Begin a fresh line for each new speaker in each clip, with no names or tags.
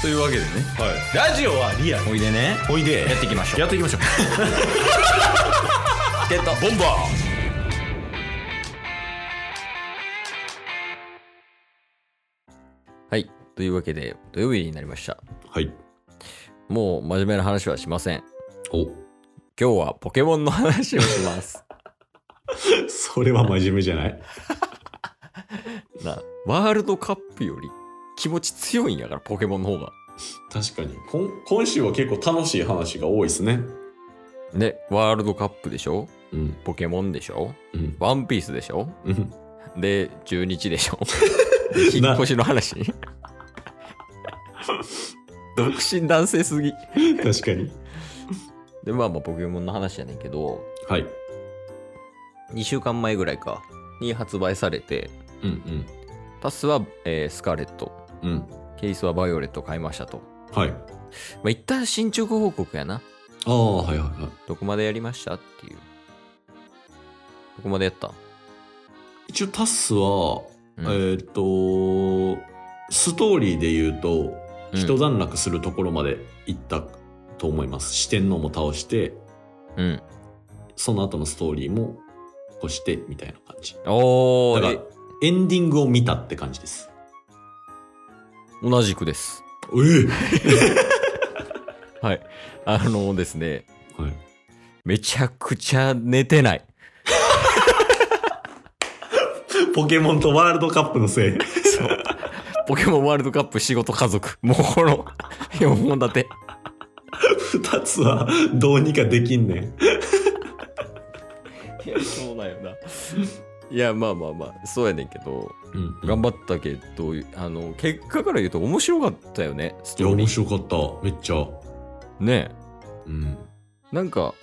というわけでね
はい、ラジオはリアル
おいでね
おいで
やっていきましょう
やって いきましょう
ってた
ボンバ
はいというわけで土曜日になりました
ーはい
もう真面目な話はしません
お
今日はポケモンの話をします
それは真面目じゃない
なワールドカップより気持ち強いんやからポケモンの方が
確かに今今週は結構楽しい話が多いですね
ねワールドカップでしょ
うん
ポケモンでしょ
うん
ワンピースでしょ
うん
で中日でしょ で引っ越しの 話独身男性すぎ
確かに
でまあまあポケモンの話やねんけど
はい
2週間前ぐらいかに発売されて
うん
タスは、えースカーレット
うんうん
ケイスはバイオレット買いましたと
はい
まあ一旦進捗報告やな
ああはいはいはい
どこまでやりましたっていうどこまでやった
一応タスは、
うん
えーっとストーリーで言うと
うん
一段落するところまで行ったと思います、四天王も倒して
うん
その後のストーリーもこうしてみたいな感じ
お
だか
ー
ら
え
エンディングを見たって感じです
同じくです
ええ
はいあのですね
はい、
めちゃくちゃ寝てない
ポケモンとワールドカップのせ
そ
い
う。ポケモンワールドカップ仕事家族。もうこの4本立て。
二つはどうにかできんねん
いや、そうだよな。いや、まあまあまあ、そうやねんけど、
うん
頑張ったけど、あの、結果から言うと面白かったよね、ス
い
ト
や
ーリ
面
ー。
白かっためっちゃ
ね
うん
えなんか、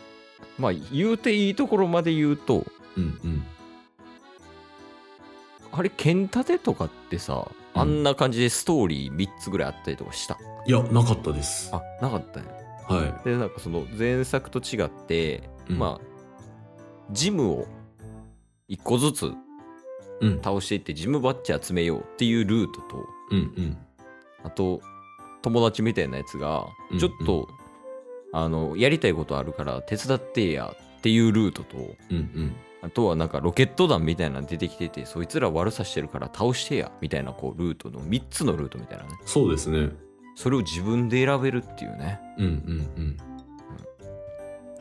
まあ、言うていいところまで言うと、
うんうん
あれ、剣立てとかってさ、あんな感じでストーリー3つぐらいあったりとかした。
いやなかったです
あ、なかったね。
は
で、なんかその前作と違って、
い、うん、
まあ、ジムを1個ずつ
うん
倒していってジムバッジ集めようっていうルートと
うんうん
あと友達みたいなやつが
うん
ちょっと、あのやりたいことあるから手伝ってやっていうルートと
うんうん
あとはなんかロケット弾みたいなの出てきててそいつら悪さしてるから倒してやみたいなこうルートの3つのルートみたいなね
そうですね
それを自分で選べるっていうね
うんうんうん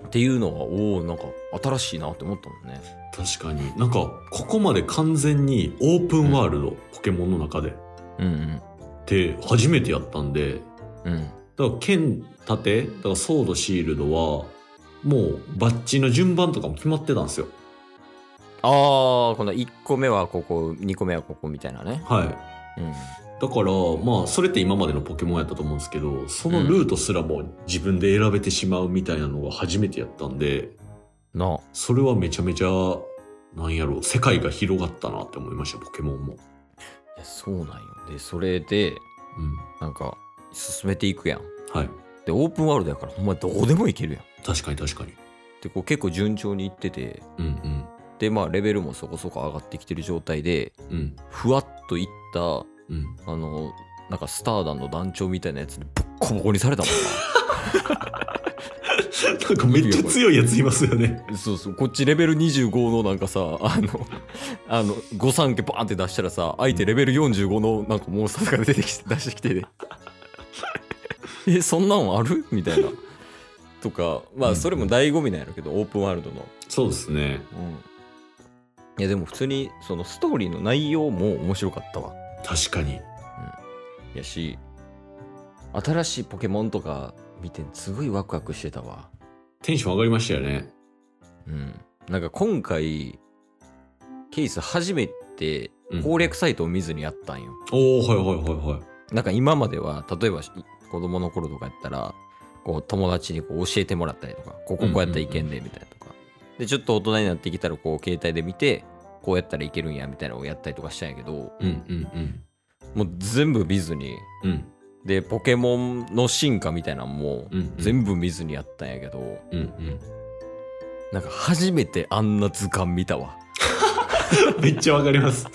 っていうのはおおんか新しいなって思ったもんね
確かになんかここまで完全にオープンワールド、ポケモンの中で
うん
って初めてやったんで
うんうん
だから剣盾だからソードシールドはもうバッジの順番とかも決まってたんですよ
あーこの1個目はここ2個目はここみたいなね
はい
うん
だからまあそれって今までのポケモンやったと思うんですけどそのルートすらも自分で選べてしまうみたいなのが初めてやったんで
なあ
それはめちゃめちゃなんやろう世界が広がったなって思いましたポケモンも
いやそうなんよでそれで
うん
なんか進めていくやん
はい
でオープンワールドやからほんまどこでも行けるやん
確かに確かに
でこう結構順調にいってて
うん
でまあレベルもそこそこ上がってきてる状態で
うんうん
ふわっといった
うん
あのなんかスター団の団長みたいなやつにボッコボコにされたもん
なんかめっちゃ強いやついますよね。
なそうそうこっちレベル25のなんかさあのあの御三家バーンって出したらさ相手レベル45のなんかモンスターが出てきて出してきてね えそんなんあるみたいなとかま
う
あ
ん
それも醍醐味なんやろけどオープンワールドの
そうですね。
いやでも普通にそのストーリーの内容も面白かったわ
確かに。
やし新しいポケモンとか見てすごいワクワクしてたわ
テンション上がりましたよね。
うんなんか今回ケース初めて
うん
攻略サイトを見ずにやったんよ、
おおはいはいはいはい。
なんか今までは例えば子供の頃とかやったらこう友達にこう教えてもらったりとかこここうやったらいけんねみたいなとか、でちょっと大人になってきたらこう携帯で見てこうやったらいけるんやみたいなのをやったりとかしたんやけど、
うんうん
もう全部見ずに
うん。うん
でポケモンの進化みたいなのも
うんうん
全部見ずにやったんやけど、
うんうん。
なんか初めてあんな図鑑見たわ
めっちゃわかります。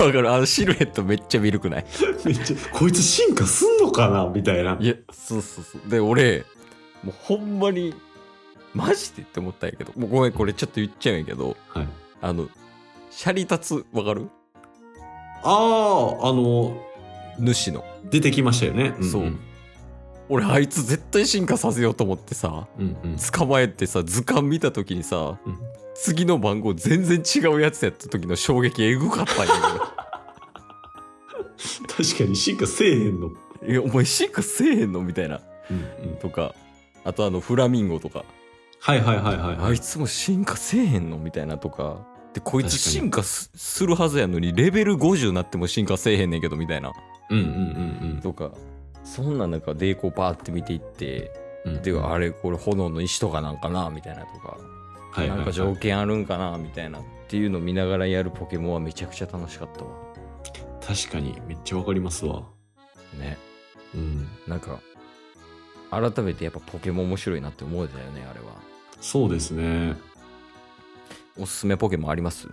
わかるあのシルエットめっちゃミルくない
めっちゃ、 こいつ進化すんのかなみたいな。
いやそうそうそうで俺もうほんまにマジでって思ったんやけどもうごめんこれちょっと言っちゃうんやけど
はい。
あのシャリ立つわかる
ああ、あの、
主の
出てきましたよね。んん
そう俺あいつ絶対進化させようと思ってさ
うんうん。
捕まえてさ図鑑見た時にさ、
うん
次の番号全然違うやつやった時の衝撃エグかったんや
確かに進化せえへんの。
けど いやお前進化せえへんのみたいな
うんうん。
とかあとあのフラミンゴとか
はいはいはいはい
あ
はい
い。つも進化せえへんのみたいなとかでこいつ
確かに
進化すするはずやのにレベル50になっても進化せえへんねんけどみたいな
うんうんうん
とかそんな中でこうバーって見ていって
うん。うん
であれこれ炎の石とかなんかなみたいなとか
はいはい
な
はい
んか条件あるんかなみたいなっていうの見ながらやるポケモンはめちゃくちゃ楽しかったわ
確かに、めっちゃわかりますわ。
ね
うん。
なんか改めてやっぱポケモン面白いなって思えたよねあれは
そうですね。
おすすめポケモンあります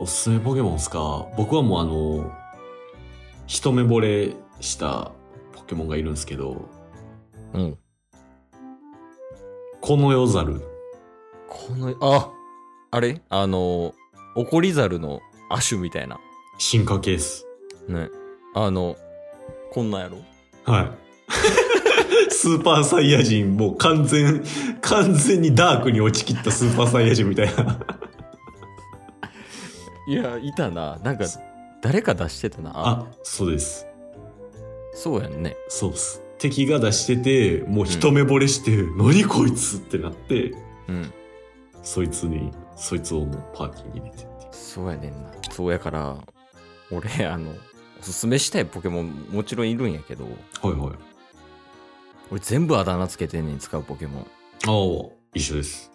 おすすめポケモンですか僕はもうあの、一目惚れしたポケモンがいるんですけど、
うん
この世ザル。
このああれあの怒り猿の亜種みたいな
進化ケース。
ねあのこんなんやろ
はい。ス ーパーサイヤ人、もう完全、完全にダークに落ちきったスーパーサイヤ人みたいな。
いやいたななんか誰か出してたなあ
あ、そうです。
そうやんね
そうっす。敵が出してて、もう一目惚れして、何こいつってなって、
うん
そいつに、そいつをもうパーティーに入れてっていう。
そうやねんなそうやから俺あのおすすめしたいポケモンもちろんいるんやけど
はいはい。
俺全部あだ名つけてんねん使うポケモン
ああ、一緒です。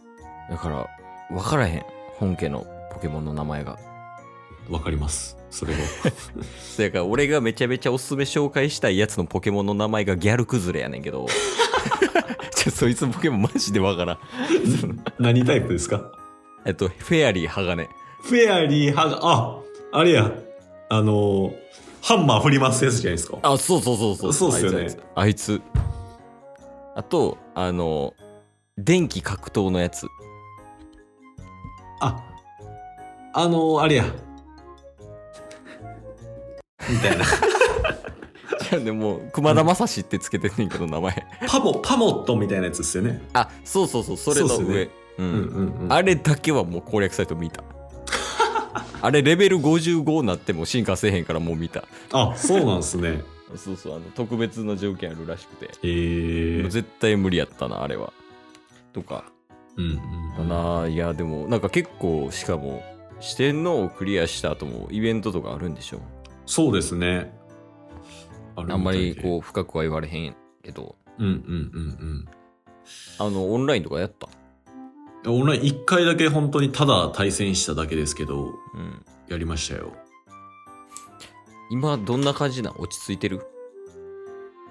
だから分からへん本家のポケモンの名前が
わかります。それを。
だから俺がめちゃめちゃおすすめ紹介したいやつのポケモンの名前がギャル崩れやねんけ どちょそいつのポケモンマジでわからん
何タイプですか
えっとフェアリー鋼
フェアリーはが、あ、あれや、あのー、ハンマー振り回すやつじゃないですか。
あそうそうそうそう
そうっすよね
あいつあいつあいつあとあの電気格闘のやつ
あ、あのー、あれや。 みたいな。
じゃあねもう熊田正史ってつけてんねんけど名前
パモ、パモットみたいなやつですよね。
あそうそうそうそれの
そうっす
上
よ
う
ね,、
ん
ううんう
あれだけはもう攻略サイト見たあれレベル55になっても進化せえへんからもう見た
あ、そうなんすね。
そうそうあの特別な条件あるらしくて
え
もう
ー。
絶対無理やったなあれはとか
うん
だ
うん。
な、いやでもなんか結構しかも四天王をクリアした後もイベントとかあるんでしょ
そうですね。あ
あんまりこ
う。
う深くは言われへんけど
うんうんうん
あのオンラインとかやった
うん。オンライン一回だけ本当にただ対戦しただけですけ
う
ど、
ん
やりましたよ。
今どんな感じなん落ち着いてる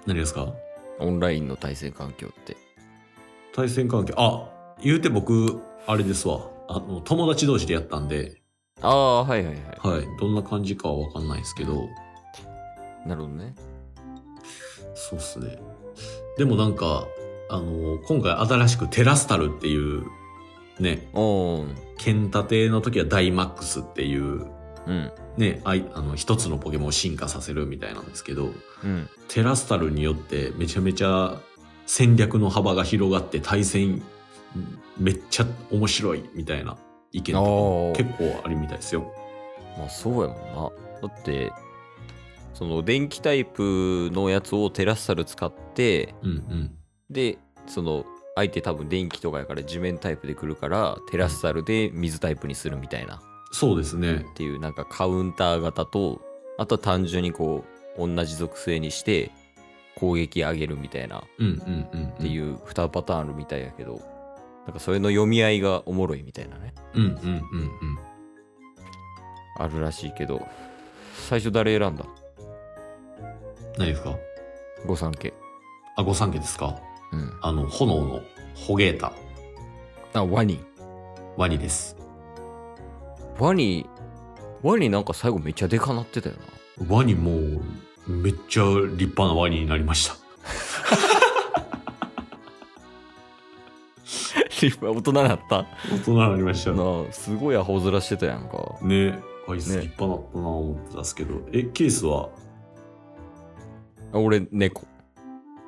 何ですか
オンラインの対戦環境って
対戦関係あ言うて僕あれですわあの友達同士でやったんで、
ああはいはいは
はい、どんな感じかは分かんないですけど
いなるほどね
そうっすねでもなんかあの今回新しくテラスタルっていうね
おー
剣盾の時はダイマックスっていう
うん
ねあいあの一つのポケモンを進化させるみたいなんですけど
うん
テラスタルによってめちゃめちゃ戦略の幅が広がって対戦めっちゃ面白いみたいな意見とかも結構ありみたいですよ。
まあそうやもんなだってその電気タイプのやつをテラスタル使って
うんうん。
でその相手多分電気とかやから地面タイプで来るからテラスタルで水タイプにするみたいなっ
そうですね。
ていうなんかカウンター型とあとは単純にこう同じ属性にして攻撃上げるみたいなっ
うんうんうん、うん。って
い。う2パターンあるみたいやけどなんかそれの読み合いがおもろいみたいなね
うんうんうんうん。
あるらしいけど最初誰選んだ
何ですか
御三家
あ、御三家ですか
うん
あの、炎のホゲータ、
あワニ
ワニです。
ワニワニなんか最後めっちゃでかなってたよな
ワニもうめっちゃ立派なワニになりました。
大人になったな
大人になりました。ね
あすごいアホ面してたやんか
あいつ立派だったな思ってたんですけど。え、ケースは
あ俺猫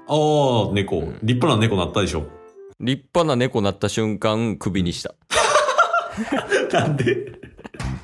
あ
う
あ、猫。
ん
立派な猫なったでしょ。
立派な猫なった瞬間首にした
なんで